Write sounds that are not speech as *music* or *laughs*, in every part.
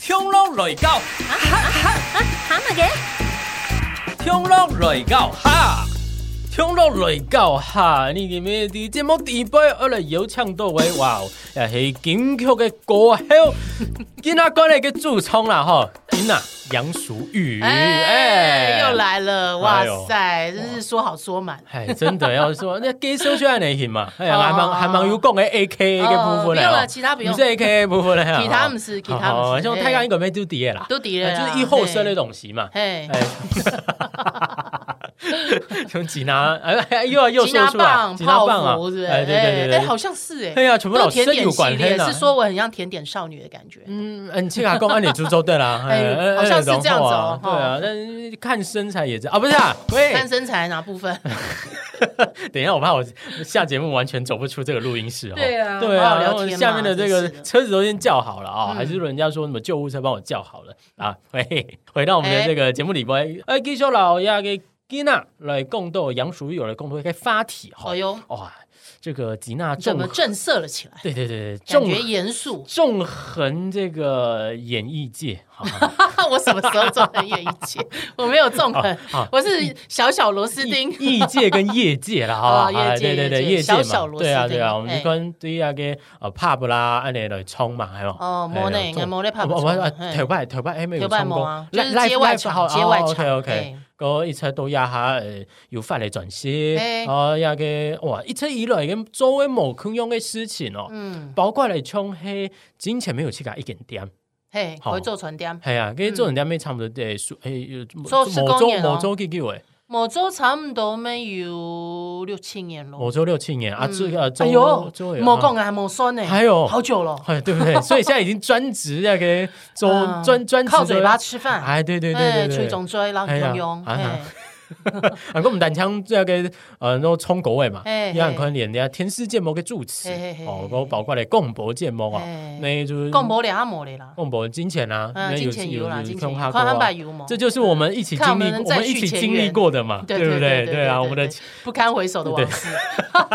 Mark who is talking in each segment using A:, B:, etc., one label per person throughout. A: 冲浪來教，
B: 啊喊乜嘅？
A: 冲浪來教哈，冲浪來教哈，呢個咩啲節目第八，我哋有請到位哇，又係劍橋嘅歌手，今仔過嚟嘅主唱啦嗬，今啊楊淑玉，
C: 哎，又，来了，哇
A: 哎呦
C: 塞，真是说好说满。
A: 係真的要說，那介紹下你行嘛，哎呀，
C: 哦
A: 還蠻還蠻要講嘅 A K 嘅部
C: 不
A: 分
C: 用
A: 嚟
C: 了，
A: 哦，
C: 其他不用
A: 唔，係 A K 部分嚟啊，
C: 其他不是，其他
A: 哦
C: 不
A: 哦
C: 是，
A: 像泰
C: 嘿
A: 國應該咩都啲嘢啦，
C: 都敌人啊，
A: 哎就是一後生那種事嘛。
C: 嘿。
A: *laughs*
C: 嘿，
A: 哎，从吉拿，哎，又要又
C: 吉
A: 说
C: 拿
A: 出来，
C: 棒、
A: 吉拿
C: 泡
A: 棒啊
C: 芙，是不是？
A: 哎，对对对
C: 哎，
A: 对，
C: 好像是哎。
A: 哎呀，全部老
C: 都甜
A: 生有
C: 点系
A: 关系
C: 列，
A: 啦。
C: 是，说我很像甜点少女的感觉。
A: 嗯，嗯，这个公按你株洲对
C: *laughs*
A: 啦，
C: 哎好像是这样子哦
A: 然后啊对啊
C: 哦，
A: 但是看身材也是啊，不是啊，喂，
C: 看身材哪部分？
A: 哎 *laughs* 等一下，我怕我下节目完全走不出这个录音室哦。
C: 对啊
A: 对
C: 好
A: 啊，
C: 好聊
A: 然后
C: 天嘛
A: 下面的这个
C: 真是的
A: 车子都先叫好了啊，
C: 嗯
A: 还是人家说什么救护车帮我叫好了啊？ *laughs* 回回到我们的这个节目里边，哎，继续老呀给吉娜来共斗杨淑玉有来共斗，该发体哈
C: 哦。哟，
A: 哇，这个吉娜
C: 怎
A: 纵
C: 么震慑了起来？
A: 对对对对，
C: 感
A: 纵。
C: 觉严肃 *laughs*
A: 纵横这个演艺界，好好
C: 我什么时候纵横演艺
A: *laughs*
C: 界？我没有纵横
A: 好好，
C: 我是小小螺丝钉
A: 艺。艺界跟业界啦，好吧，
C: *laughs* 哦
A: 哎
C: 业界
A: 对对对，
C: 业界
A: 业界嘛，
C: 小小螺丝
A: 对啊对啊，
C: 钉
A: 我们
C: 哎
A: 就跟对啊个呃 pub 啦，按那来冲嘛，还有
C: 哦摸内
A: 哎
C: 按摸内 pub
A: 我们
C: 冲
A: 啊
C: 哎
A: 头摆头摆哎没有
C: 头摆
A: 冲
C: 摸
A: 过
C: 啊，就是街外场街外场
A: 哦 OK OK，
C: 哎
A: 嗰一切都也下呃有法嚟转些，
C: 哎
A: 啊也个哇一切以来嘅做嘅无可用嘅事情哦，
C: 嗯，
A: 包括嚟冲嘿，金钱没有去甲一点点。
C: 嘿，
A: 好
C: 会做船点。
A: 系啊，跟住做人家咩差唔多诶，誒誒
C: 做施
A: 某
C: 工
A: 周
C: 年哦
A: 某周幾久诶？
C: 某周差不多没有六七年咯。
A: 某周六七年啊，这个周
C: 哎呦
A: 周，啊
C: 某讲还某酸
A: *laughs*
C: 呢，
A: 还有
C: 好久了，
A: 哎，对不对？所以现在已经专职那个
C: *laughs*
A: 周
C: 嗯
A: 专专职
C: 靠嘴巴
A: 的，
C: 吃饭，
A: 哎，对对对
C: 哎，
A: 对
C: 吹
A: 对。
C: 总追，让
A: 哎呀
C: 用
A: 啊
C: 用，哎，
A: 啊，我们单枪这个呃，都冲国外嘛，
C: 哎嘿
A: 也很可能人家天师建模嘅住持
C: 嘿嘿嘿
A: 哦，我包括咧共博建模啊
C: 嘿，
A: 那就是
C: 讲无两模的啦，
A: 共博金钱啊，
C: 嗯，
A: 那
C: 金
A: 有
C: 钱游
A: 有
C: 啦，
A: 有
C: 金钱
A: 空
C: 游，
A: 哈
C: 看
A: 过
C: 他
A: 啊
C: 们，游嘛，
A: 这就是我们一起
C: 看我
A: 经
C: 们
A: 历，
C: 能
A: 我
C: 再
A: 们一
C: 续
A: 起
C: 前
A: 经历
C: 缘
A: 过的嘛，
C: 对
A: 不
C: 对
A: 对？
C: 对
A: 对啊，我们的
C: 对不堪回首的往事，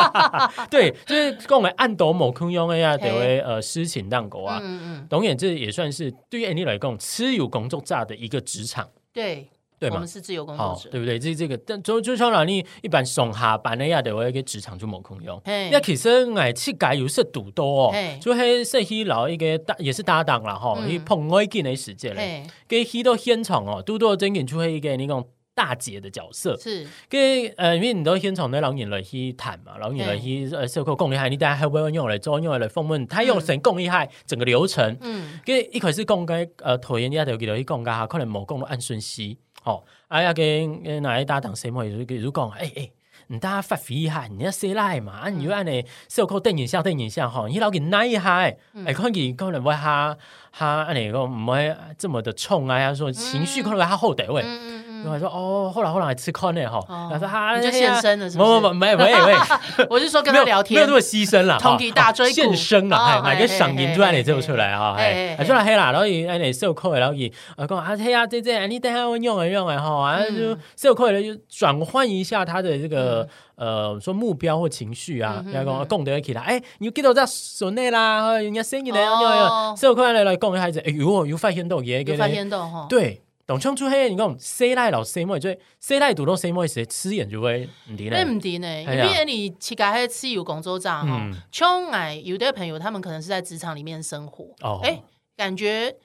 A: *laughs* 对，就是跟我们暗斗某坑用 A 啊，
C: 嘿
A: 得为呃诗情当狗啊。
C: 嗯嗯，
A: 董眼这也算是对于 Annie 来讲，吃有工作炸的一个职场，
C: 对，
A: 对
C: 我
A: 吗
C: 们？哦是自由工
A: 好
C: 作，者，
A: 对不对？这这个，但就就像老你一般上下班的呀，得为一个职场就某坑用。
C: 嘿
A: 那其实我去改有些赌多哦
C: 嘿，
A: 就嘿是去老一个搭也是搭档啦吼，
C: 嗯
A: 去碰我一见的时间嘞，
C: 嘿，
A: 给去到现场哦，多多真演出会一个那种大姐的角色，
C: 是，
A: 跟呃，因為唔到現場咧，老人嚟去談嘛，老人嚟去呃，受過講厲害，你大家係會用嚟做，用嚟訪問，他又成講厲害整個流程。
C: 嗯，
A: 跟一開始講嘅呃，頭先一條記得去講嘅，可能冇講到按順序，哦，啊呀嘅那一搭檔死我，如如講，誒誒。你大家發脾氣下，你要死賴嘛？啊，你要按你受口瞪一下，瞪一下吼，你老給耐一下，哎，可能可能會哈哈，按你個唔會這麼的衝啊，呀，說情緒可能會哈後底位，
C: 嗯嗯
A: 然后他说哦，后来后来吃宽呢哈，
C: 哦
A: 他说哈，
C: 你就现身了是不
A: 没没
C: 是
A: 没没没，
C: 嗯，我是说跟
A: 没
C: 他
A: 有
C: 聊
A: 没有
C: 天
A: 那，么牺牲啦，
C: 通敌大追
A: 哦现身
C: 哦
A: 啦，哎，买
C: 嘿
A: 个
C: 嘿
A: 赏银
C: 嘿
A: 就按你
C: 嘿
A: 做出来啊，
C: 嘿
A: 哎
C: 嘿，
A: 啊
C: 嘿
A: 出来嘿啦，然后伊按你受扣，然后伊呃讲啊，嘿啊，这这，你等下我用了用了哈，啊就
C: 嗯
A: 受扣了就转换一下他的这个呃说目标或情绪啊，
C: 嗯
A: 然后
C: 嗯
A: 讲
C: 嗯
A: 供得起来，哎，你记到在手内啦，哎人家生意来用
C: 哦
A: 用，受扣来来供孩子，哎，如果有发现到也给
C: 有发现到哈，
A: 对，董昌出黑，你讲 C 赖老 C 妹，就 C 赖读到 C 妹时，吃眼就会唔敌嘞。
C: 那唔对呢，因
A: 哎呀
C: 为你去家迄吃有工作站哈
A: 嗯，
C: 冲哎有的朋友他们可能是在职场里面生活，
A: 哦
C: 哎，感觉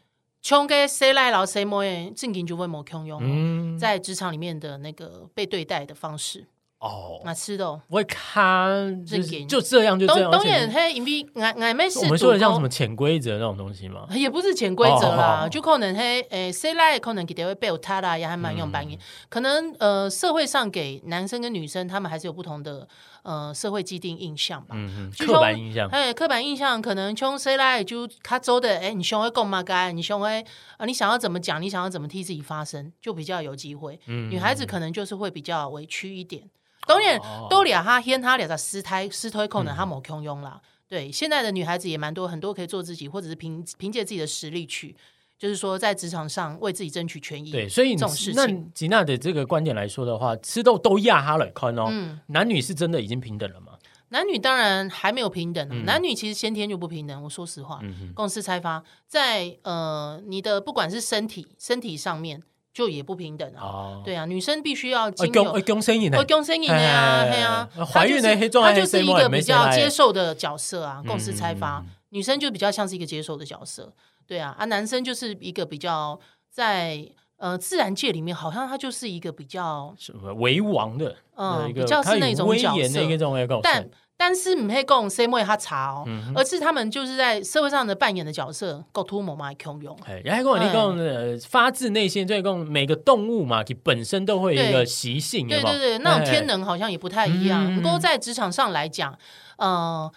C: 冲个谁来老谁摸诶，正经就会冇穷用哦，
A: 嗯，
C: 在职场里面的那个被对待的方式，
A: 哦，
C: 啊，吃的
A: 我会看就
C: 认
A: 是
C: 真
A: 就这样就这
C: 东
A: 样。
C: 东
A: 而且
C: 眼嘿，因为俺俺们是
A: 我们说的像什么
C: 赌
A: 潜规则那种东西吗？
C: 博，也不是潜规则
A: 哦哦
C: 啦，
A: 哦
C: 就可能嘿，诶，谁来可能给他会被我他啦，也还蛮用
A: 嗯
C: 扮演，可能呃社会上给男生跟女生他们还是有不同的呃社会既定印象吧，
A: 嗯，嗯
C: 啊就
A: 刻板
C: 说
A: 印象。
C: 哎，刻板印象可能穷谁来就他走的，哎，你想要干嘛该，你想要啊，你想要怎么讲，你想要怎么替自己发声，就比较有机会。
A: 嗯哦
C: 女孩子可能就是会比较委屈一点。当然，都俩哈掀他俩的私胎私推可能他某穷庸
A: 嗯
C: 啦。对，现在的女孩子也蛮多，很多可以做自己，或者是凭凭借自己的实力去，就是说在职场上为自己争取权益。
A: 对，所以你
C: 这种事
A: 那
C: 情
A: 吉娜的这个观点来说的话，吃豆都压哈来看哦，
C: 嗯，
A: 男女是真的已经平等了吗？
C: 男女当然还没有平等、啊，
A: 嗯
C: 男女其实先天就不平等。我说实话，公司开发在呃你的不管是身体身体上面就也不平等啊。
A: 哦，呃
C: 对啊，女生必须要
A: 会
C: 经
A: 供
C: 由
A: 会供生意呢
C: 我，公生赢的呀，
A: 哎
C: 嘿呀
A: 呃，怀孕的
C: 她
A: 那
C: 就是
A: 种
C: 她
A: 还
C: 就是一
A: 生
C: 个
A: 完
C: 比
A: 没生
C: 较
A: 来
C: 接受的角色啊，公司拆
A: 嗯
C: 发，女生就比较像是一个接受的角色，对啊，啊，男生就是一个比较在呃自然界里面，好像他就是一个比较
A: 是为王的，
C: 嗯
A: 呃一个
C: 比较是
A: 他有
C: 那种
A: 威
C: 角
A: 严的
C: 色
A: 一个种的角色
C: 但但是唔会讲 C 位他查哦，
A: 嗯
C: 而是他们就是在社会上的扮演的角色够突猛嘛，穷勇。
A: 哎，然后你讲呃，发自内心，这共每个动物嘛，其本身都会有一个
C: 对
A: 习性，
C: 对
A: 有没
C: 对
A: 有
C: 对，那种天。
A: 哎
C: 能好像也不太一
A: 嗯
C: 样。不过在职场上来讲，呃，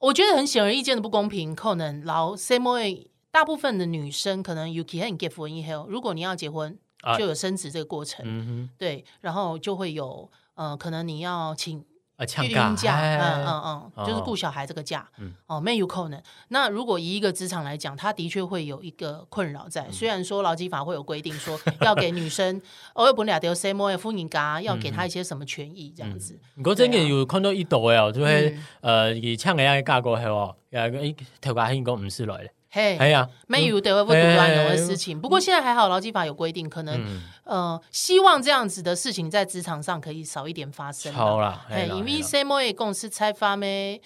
C: 我觉得很显而易见的不公平，可能老 same way。大部分的女生可能 Yuki 很 get for in hell，如果你要结婚
A: 啊，
C: 就有生子这个过程，
A: 嗯哼，
C: 对，然后就会有呃，可能你要请
A: 啊，
C: 育
A: 呛
C: 婴假，嗯
A: 哎
C: 嗯嗯，就是
A: 哦嗯
C: 顾小孩这个假，哦，没有可能。那如果以一个职场来讲，它的确会有一个困扰
A: 嗯
C: 在。虽然说劳基法会有规定说要给女生，哦，又不俩丢 C M F 夫人嘎，要
A: 嗯
C: 给她一些什么权益这样子，
A: 如果真
C: 对
A: 嘅
C: 啊
A: 有看到呢度嘅哦，就係呃，
C: 嗯
A: 而呛嘅一架過去哦，又誒頭架興講唔是來咧，
C: 嘿。
A: 係啊，
C: 没有的会独断的
A: 哎
C: 事情，不过现在还好，劳基法有规定，可能、
A: 嗯
C: 呃，希望这样子的事情在职场上可以少一点发生啊。
A: 超啦，
C: 哎，
A: 係啦
C: 因为
A: 係啦
C: CMA 公司开发咩，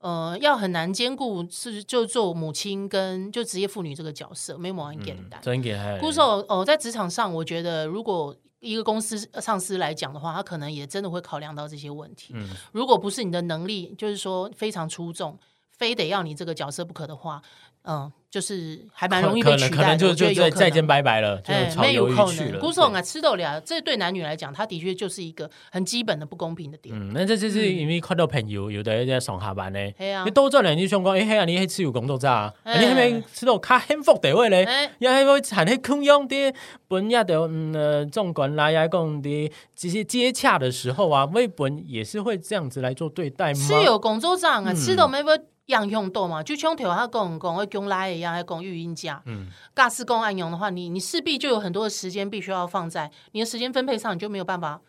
C: 呃，要很难兼顾是就做母亲跟就职业妇女这个角色，没有很简单。
A: 嗯真嘅係，
C: 鼓手哦，在职场上，我觉得如果一个公司呃上司来讲的话，他可能也真的会考量到这些问题。
A: 嗯
C: 如果不是你的能力，就是说非常出众，非得要你这个角色不可的话，嗯，就是还蛮容易
A: 可
C: 被
A: 能
C: 取
A: 可
C: 代
A: 能
C: 的。
A: 就
C: 我觉
A: 就
C: 得
A: 再
C: 有可能
A: 再见拜拜了，就
C: 哎，
A: 朝
C: 没有
A: 鱿
C: 扣
A: 鱼去
C: 能，
A: 了。
C: 鼓
A: 对
C: 手啊，吃豆了，这对男女来讲，它的确就是一个很基本的不公平的点。
A: 嗯，那这就是因为看到朋友有的在上下班呢，
C: 嘿啊
A: 你多做两日想讲，哎嘿啊，你去吃有工作咋啊？
C: 哎
A: 你系咪吃到较幸福地位咧？
C: 哎，
A: 也係會產生空用啲本也的嗯呃，纵管啦，也講的这些接洽的时候啊，为本也是会这样子来做对待吗？
C: 是有工作上啊，吃豆没不样用豆嘛，就像头下讲讲会用来一样，还讲育婴假，
A: 嗯
C: 尬斯公按用的话，你你势必就有很多的时间必须要放在你的时间分配上，你就没有办法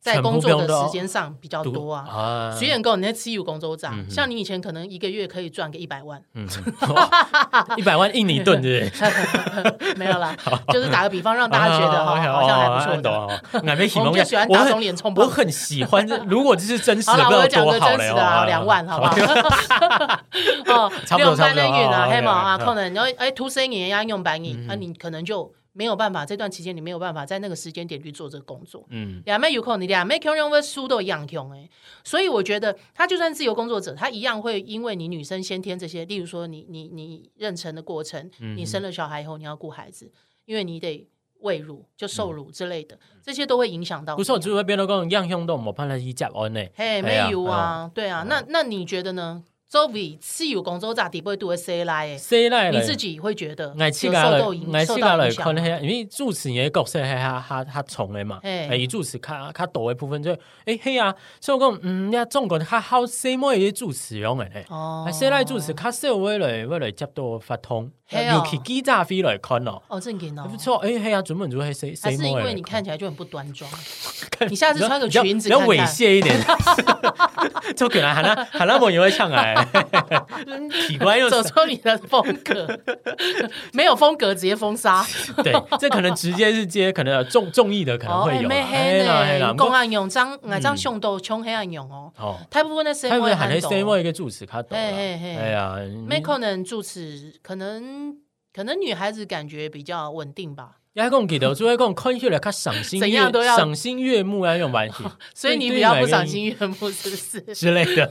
C: 在
A: 全部
C: 工作
A: 用到
C: 的时间上比较
A: 讀
C: 多啊。
A: 啊
C: 虽然讲你在吃有工作账
A: 嗯，
C: 像你以前可能一个月可以赚个一百万，
A: 嗯，一百万印尼盾是不是？
C: 没有啦，就是打个比方让大家觉得哈，好像还不错的。
A: 错。俺没喜
C: 我
A: 欢
C: 们就喜欢
A: 我
C: 打
A: 很
C: 肿脸充
A: 我
C: 胖子。
A: 很喜欢这，如果这是真实
C: *laughs* 好
A: 的，
C: 了，
A: 不
C: 我
A: 知道
C: 讲
A: 多
C: 个
A: 好
C: 真
A: 嘞
C: 实
A: 哦
C: 的啊，
A: 啊
C: 两万，好不好？ *laughs* 哦，
A: *laughs* 差不多
C: 六万日
A: 差不
C: 元
A: 多
C: 啊，
A: 哦
C: 黑毛啊，
A: OK，OK
C: 可能然后哎，图生也要用白银，啊，你
A: 嗯
C: 可能就没有办法，这段期间你没有办法在那个时间点去做这个工作。
A: 嗯
C: 两妹有空，你两妹 Q 用会书都一样用哎，所以我觉得他就算自由工作者，他一样会因为你女生先天这些，例如说你你你妊娠的过程，
A: 嗯
C: 你生了小孩以后你要顾孩子，因为你得喂乳就受乳之类的，这些都会影响到你啊。
A: 嗯不是我只会变到讲样样都冇办法去接安呢。
C: 嘿，
A: 哎
C: 没
A: 呀
C: 有啊，对啊，那那你觉得呢？周比是有工作咋底不会读的 C 来诶，
A: 谁哎来
C: 你
A: 嘞
C: 自己会觉得
A: 爱
C: 有
A: 吃
C: 受
A: 咖
C: 到
A: 嘞，
C: 影
A: 爱
C: 受
A: 吃咖
C: 到
A: 嘞，
C: 影
A: 可
C: 响哦啊
A: 能
C: 吗？
A: 係因为主持人嘅角色係較較較重嘅嘛，
C: 嘿
A: 誒，伊主持較較大嘅部分就係誒係啊，所以我講嗯，呀，中國人較好西摩嘅主持用嘅咧，
C: 哦
A: 啊，西來主持較少位來位來接到發通，
C: 嘿哦
A: 尤其記者飛來看咯，
C: 哦，正经哦
A: 不，錯，誒係啊，專門就係西
C: 还
A: 西
C: 是
A: 摩
C: 因为
A: 嘅
C: 你
A: 嚟
C: 看起来就很不端庄，
A: *laughs* 看，
C: 你下次
A: 要
C: 穿个
A: 要
C: 裙子
A: 要
C: 看
A: 猥
C: 看
A: 亵一點， *laughs*
C: *laughs*
A: 就可能喊他喊他朋友會唱哎，奇怪又
C: 走出你的风
A: *laughs*
C: 格，没有风格直接封杀。
A: 对，这可能直接是接可能有重重义的可能
C: 哦，
A: 会有啦，
C: 黑
A: 啦嘿啦
C: 呢，，
A: 不
C: 公
A: 过嗯
C: 安用张啊张胸都胸黑暗用哦，
A: 哦，
C: 大部分的哦 C
A: 他
C: 位
A: 们喊
C: 很
A: 的 C
C: 懂。
A: 位一个主持卡懂了，
C: 嘿嘿嘿
A: 哎呀，
C: 没
A: 你
C: 可能主持，可能可能女孩子感觉比较稳定吧。
A: 要讲记得，就会讲看起来较赏心
C: 怎
A: 悦
C: 样都要
A: 赏心悦目啊，那种玩意，
C: 所以你
A: 对
C: 比较不赏心。悦目，是不是？
A: 之类的，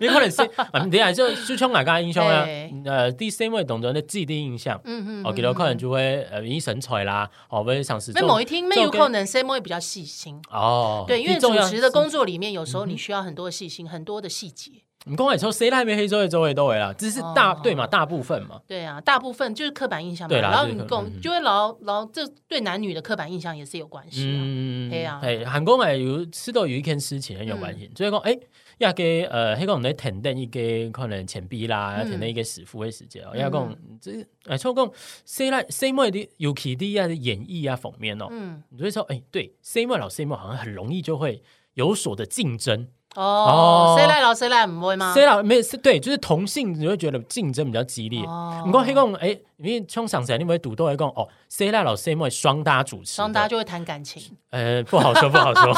A: 你可能是，啊你下就就像大家印象啊
C: 嘿，
A: 呃，第三位动作的既定印象，
C: 嗯
A: *laughs* 哦，记得可能就会呃，以神采啦，哦，会上司
C: 那
A: 做
C: 某一天，那有
A: 做跟
C: 可能 Sam 会比较细心。
A: 哦，
C: 对，因为
A: 你重
C: 主
A: 要嗯
C: 持的工作里面，有时候你需要很多的细心，很多的细节。
A: 你讲来说，谁来没黑周围周围都会啦，只是大、
C: 哦
A: 对嘛，大部分嘛，
C: 对啊，大部分就是刻板印象嘛。
A: 对啦
C: 然后
A: 这个
C: 你
A: 嗯嗯
C: 共就会老老，这对男女的刻板印象也是有关系啊。
A: 嗯，
C: 嘿啊
A: 哎，
C: 嗯
A: 韩国诶有吃到有一件事情很有关系，就是讲诶，一个欸呃，迄个人咧停顿一个可能钱币啦，
C: 嗯
A: 停顿一个时傅的时节哦，要讲这哎，像讲 C 啦 C 妹的尤其的啊演绎啊方面哦，
C: 嗯，
A: 你就会说哎，对 C 妹老 C 妹好像很容易就会有所的竞争，
C: 哦，谁来了谁来唔会吗？
A: 虽然没是对，就是同性你会觉得竞争比较激烈。
C: 哦
A: 你过黑共哎，因为通常谁你会赌都会共哦，谁来老谁妹双搭主持的，
C: 然后大家就会谈感情，
A: 呃不好说不好说。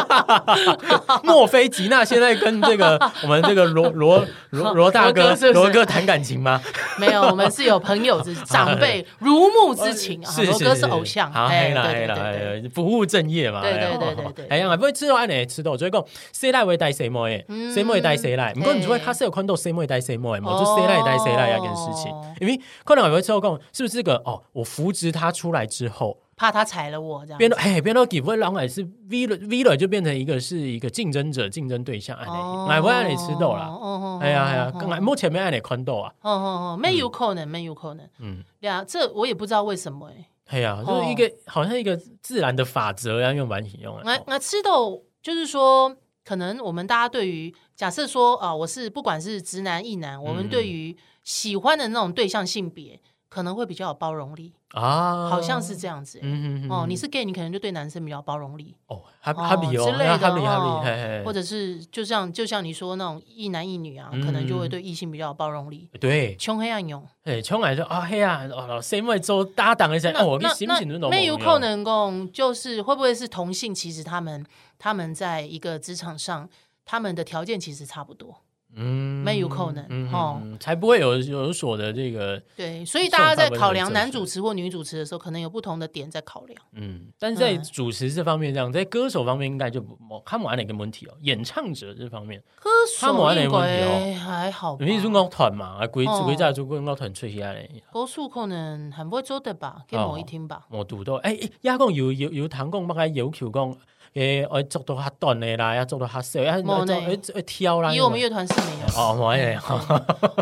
C: *laughs*
A: *laughs* 莫非吉娜现在跟这个 *laughs* 我们这个罗罗
C: *laughs*
A: 罗罗大
C: 罗
A: 哥
C: 哥是不是
A: 罗哥谈感情吗？
C: 没有，我们是有朋友之长辈如母之情啊，
A: 是
C: 罗
A: 是
C: 哥
A: 是
C: 是偶像，
A: 好
C: 哎，
A: 黑
C: 对
A: 啦
C: 对
A: 黑
C: 对
A: 啦，
C: 对，
A: 哎不务正业嘛，
C: 对对
A: 哎
C: 对对对
A: 哎呀，不会吃到安尼吃到，就会讲谁来会带谁妹
C: 嗯
A: 的，谁妹带谁来，不过你就会他是有看到谁妹带谁妹嘛，就谁来带谁来一件事情
C: 哦，
A: 因为可能也会知道讲是不是这个哦，我扶植他出来之后，
C: 怕他踩了我这样
A: 变
C: 子。
A: 到哎变到几位狼哎是 V 了 V 了就变成一个是一个竞争者竞争对象安尼，哎不安尼吃到啦，
C: 哦
A: 哎呀哎呀，刚才目前没安尼看到啊，
C: 哦哦哦，没有可能，没有可能。
A: 嗯。
C: 对啊，这我也不知道为什么哎、
A: 哎呀，就是一个、好像一个自然的法则一样，用蛮喜用的。
C: 那那吃豆就是说，可能我们大家对于假设说啊、我是不管是直男一男，我们对于喜欢的那种对象性别，可能会比较有包容力，
A: 啊，
C: 好像是这样子、欸。
A: 嗯，嗯嗯
C: 哦，你
A: 嗯
C: 是 gay，你可能就对男生比较包容力，
A: 哦，哈哈比哦，
C: 之类的
A: 哈比
C: 哦
A: 哈比，嘿嘿，
C: 或者是就像就像你说那种一男一女啊，可能就会
A: 嗯
C: 对异性比较有包容力。
A: 对，
C: 穷黑暗勇，
A: 哎，冲来说啊，嘿呀，哦，老师因为做搭档一下，
C: 那
A: 哦，我
C: 那
A: 行不
C: 那
A: 行都
C: 没有可，能共就是会不会是同性？其实他们他们在一个职场上，他们的条件其实差不多。
A: 嗯
C: 没有可能
A: 嗯
C: 哦
A: 嗯嗯才不会有有所的这个，
C: 对，所以
A: 这
C: 大
A: 种范
C: 家在
A: 围
C: 考
A: 很
C: 量
A: 正
C: 男
A: 式
C: 主持或女主持的时候，可能有不同的点在考量。
A: 嗯，但是在
C: 嗯
A: 主持这方面这样，在歌手方面应该就不，他们安哪个问题哦，演唱者这方面，
C: 歌
A: 他们
C: 手
A: 玩的
C: 应
A: 问题哦
C: 该哎还好吧
A: 因？为是乐团嘛，啊，规
C: 哦
A: 规在做乐团吹起来嘞。
C: 高数可能很不会做的吧？给
A: 哦
C: 某一听吧。
A: 我读到，诶、欸，也讲有有有谈讲，乜解要求讲，诶、我做到较短的啦，要做到较少，要
C: 冇呢
A: 要做要挑啦。
C: 以我们乐团是没有。
A: 哦，我也，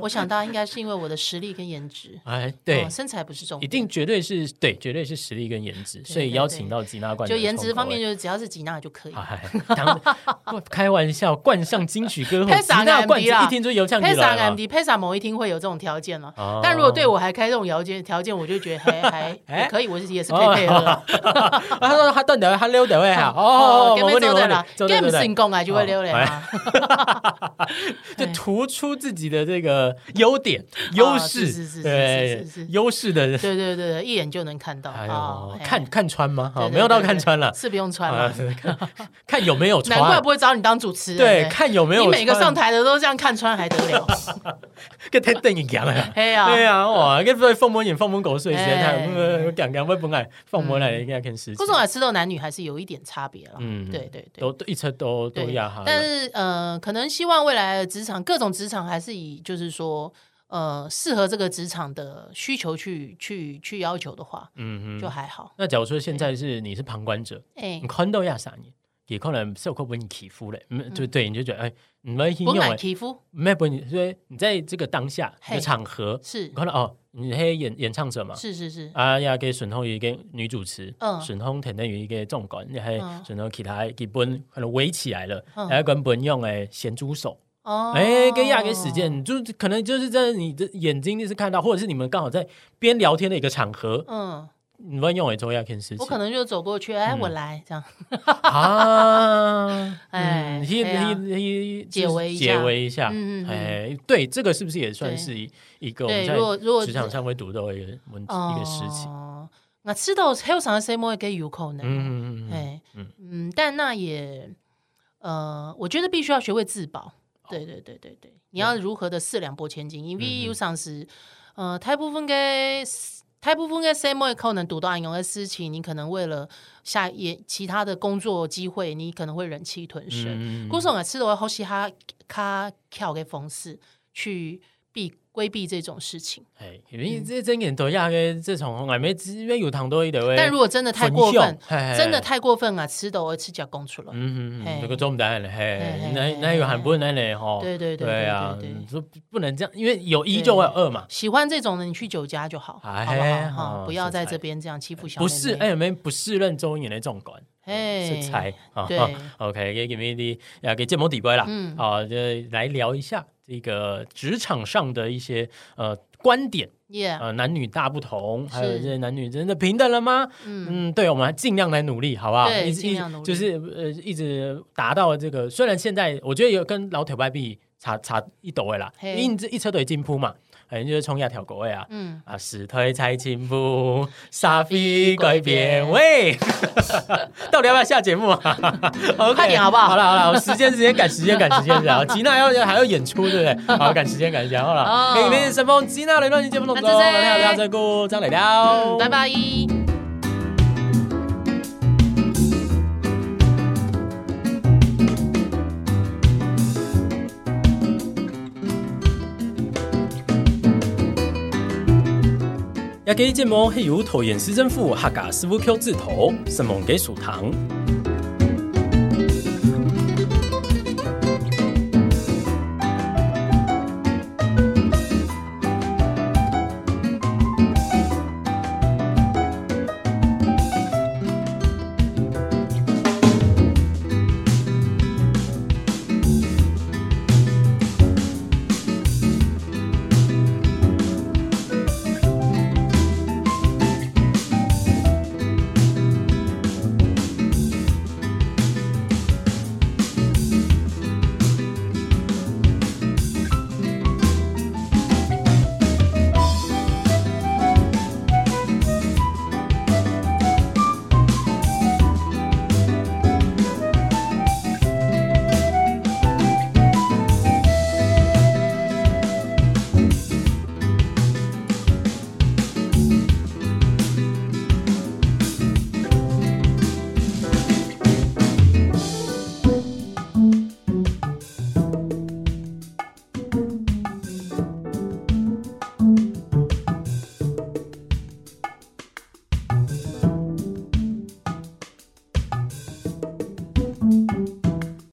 C: 我想大家应该是因为我的实力跟颜值，
A: 哎，对
C: 哦，身材不是重
A: 一
C: 点，
A: 定绝对是对，绝对是实力跟颜值，所以邀请到吉娜冠
C: 就
A: 军，
C: 颜值方面，。就是只要是吉娜就可以。
A: 哎，当不开玩笑，冠上金曲歌后，
C: *laughs* 配
A: 吉
C: 上
A: 娜冠
C: MD
A: 军
C: 啦
A: 一听就有唱
C: 配
A: 起
C: 上
A: 来
C: MD，配上某一听会有这种条件了。
A: 哦
C: 但如果对我还开这种条件条件，我就觉得还还
A: *laughs* 哎
C: 也可以，我是也是可以配合的。
A: 啊他说他断掉，他溜掉位哈。哦，
C: 给
A: 我
C: 没
A: 问你，
C: 做
A: 我
C: 对
A: 问你
C: 了，
A: 对对
C: game
A: 对
C: 成功啊，就会溜脸哎
A: 哦 *laughs*
C: 啊。
A: 就突出自己的这个优点、优
C: 哦是是
A: 势，
C: 是
A: 对
C: 是是是
A: 优势的
C: *laughs*
A: 人。
C: 对对对对，一眼就能看到
A: 哎
C: 啊
A: 呦，，看看穿吗？
C: 对
A: 啊，
C: 对
A: 没有到
C: 对
A: 看穿了
C: *laughs* 对，是不用穿
A: 啊
C: 了，，
A: 看 *laughs* 看有没有
C: 难怪
A: 穿
C: 不。会找你当主持人。
A: 对，
C: 哎
A: 看有没有
C: 你每个
A: 穿
C: 上台的都这样看穿还得
A: *laughs*
C: 了？
A: 跟太瞪一样
C: *laughs*
A: 了。
C: 嘿呀，
A: 对啊，哇，跟不会放摸眼、放摸狗碎，实在太
C: 哎嗯
A: 呃，讲讲会本来放摸来应该看事情
C: 各。种来吃豆男女还是有一点差别了。
A: 嗯
C: 对对对。
A: 都都一车都都
C: 对
A: 压哈，，
C: 但是呃，可能希望未来的职场，各种职场还是以就是说呃，适合这个职场的需求去去去要求的话，
A: 嗯
C: 就
A: 哼。
C: 还好。
A: 那假如说现在是你是旁观者，
C: 哎
A: 你，看到亚啥呢？也可能受过不你起伏嘞，嗯，对对，你就觉得哎，你们应
C: 不
A: 用
C: 敢皮肤
A: 没不你，所以你在这个当下
C: 嘿
A: 的场合，
C: 是
A: 你看到哦，你黑演演唱者嘛，
C: 是是是，
A: 啊，也给顺通有一个女主持，
C: 嗯
A: 顺通等于一个总管，然
C: 嗯
A: 后顺通其他基本可能围起来了，
C: 嗯
A: 还要跟本用诶咸猪手，
C: 哦，
A: 哎，跟亚给使劲，就是可能就是在你的眼睛里是看到，或者是你们刚好在边聊天的一个场合，
C: 嗯，
A: 你们用诶做亚件事
C: 我可
A: 情
C: 能就走过去，哎，
A: 嗯
C: 我来这样，
A: 啊，
C: *laughs* 哎
A: 嗯嘿
C: 对啊
A: 嘿嘿
C: 解围一下
A: 解围一下，
C: 嗯嗯嗯
A: 哎，对，这个是不是也算
C: 对
A: 是一一个我
C: 对，
A: 们
C: 如果
A: 在
C: 如果
A: 职场上会读到的一个问题一个事情？
C: 哦，那吃到还有啥 C 么给有可能，嗯，
A: 嗯嗯嗯嗯，
C: 哎，
A: 嗯
C: 嗯，但那也，呃，我觉得必须要学会自保，对对对对对，
A: 嗯
C: 你要如何的四两拨千斤，因为有上是，呃，大部分嘅大部分嘅 C 么可能读到应用的事情，你可能为了下也其他的工作机会，你可能会忍气吞声。
A: 嗯
C: 故送啊，吃的我好喜他他跳给方式去避规避这种事情。
A: 哎，因为这真眼头亚个这种外面因为有糖多一点喂，
C: 但如果真的太过分，
A: 分哎
C: 真的，太过分啊，吃的我吃假公出了。
A: 嗯嗯
C: 嘿
A: 嗯，那个做不得嘞，嘿
C: 嘿，
A: 那
C: 嘿
A: 那有很不能嘞吼，
C: 对对对
A: 对啊
C: 对对对，
A: 说不能这样，因为有一就会有二嘛，
C: 喜欢这种的，你去酒家就好，好
A: 哎
C: 不好？哈，
A: 哦
C: 不要
A: 是
C: 在
A: 才
C: 这边这样欺负小妹
A: 不
C: 妹。
A: 是哎，没不是认周演的这种管。
C: 哎，
A: 是才啊
C: 对
A: *laughs* ，OK，给给你的啊，给建模底杯啦，哦
C: 嗯
A: 啊，就来聊一下这个职场上的一些呃观点，
C: 耶，
A: 呃，男女大不同，还有
C: 嗯是
A: 这些男女真的平等了吗？
C: 嗯，
A: 嗯，对，我们还尽量来努力，好不好？
C: 对
A: 一直
C: 尽量努力
A: 就是呃，一直达到这个。虽然现在我觉得有跟老铁外币差差一斗位啦，
C: 嘿
A: 因为这一车队进步嘛，哎，就是冲亚条国位啊。
C: 嗯，
A: 啊，死推才进
C: *laughs*
A: 步，傻逼鬼别喂， *laughs* 到底要不要下节目
C: *laughs*
A: 啊？OK，
C: 快点好不好
A: 好了好了，我时间时间赶时间赶时间
C: *laughs*
A: 了，吉娜要要还要演出对不对？好，赶时间赶时间好了
C: 哦。
A: 给你们神风吉娜的乱世节目动作，
C: 那这
A: 大家再顾张磊了，
C: 嗯拜。拜。
A: 也给建模黑油头眼师政府，客家师傅 Q 字头，神梦给属堂。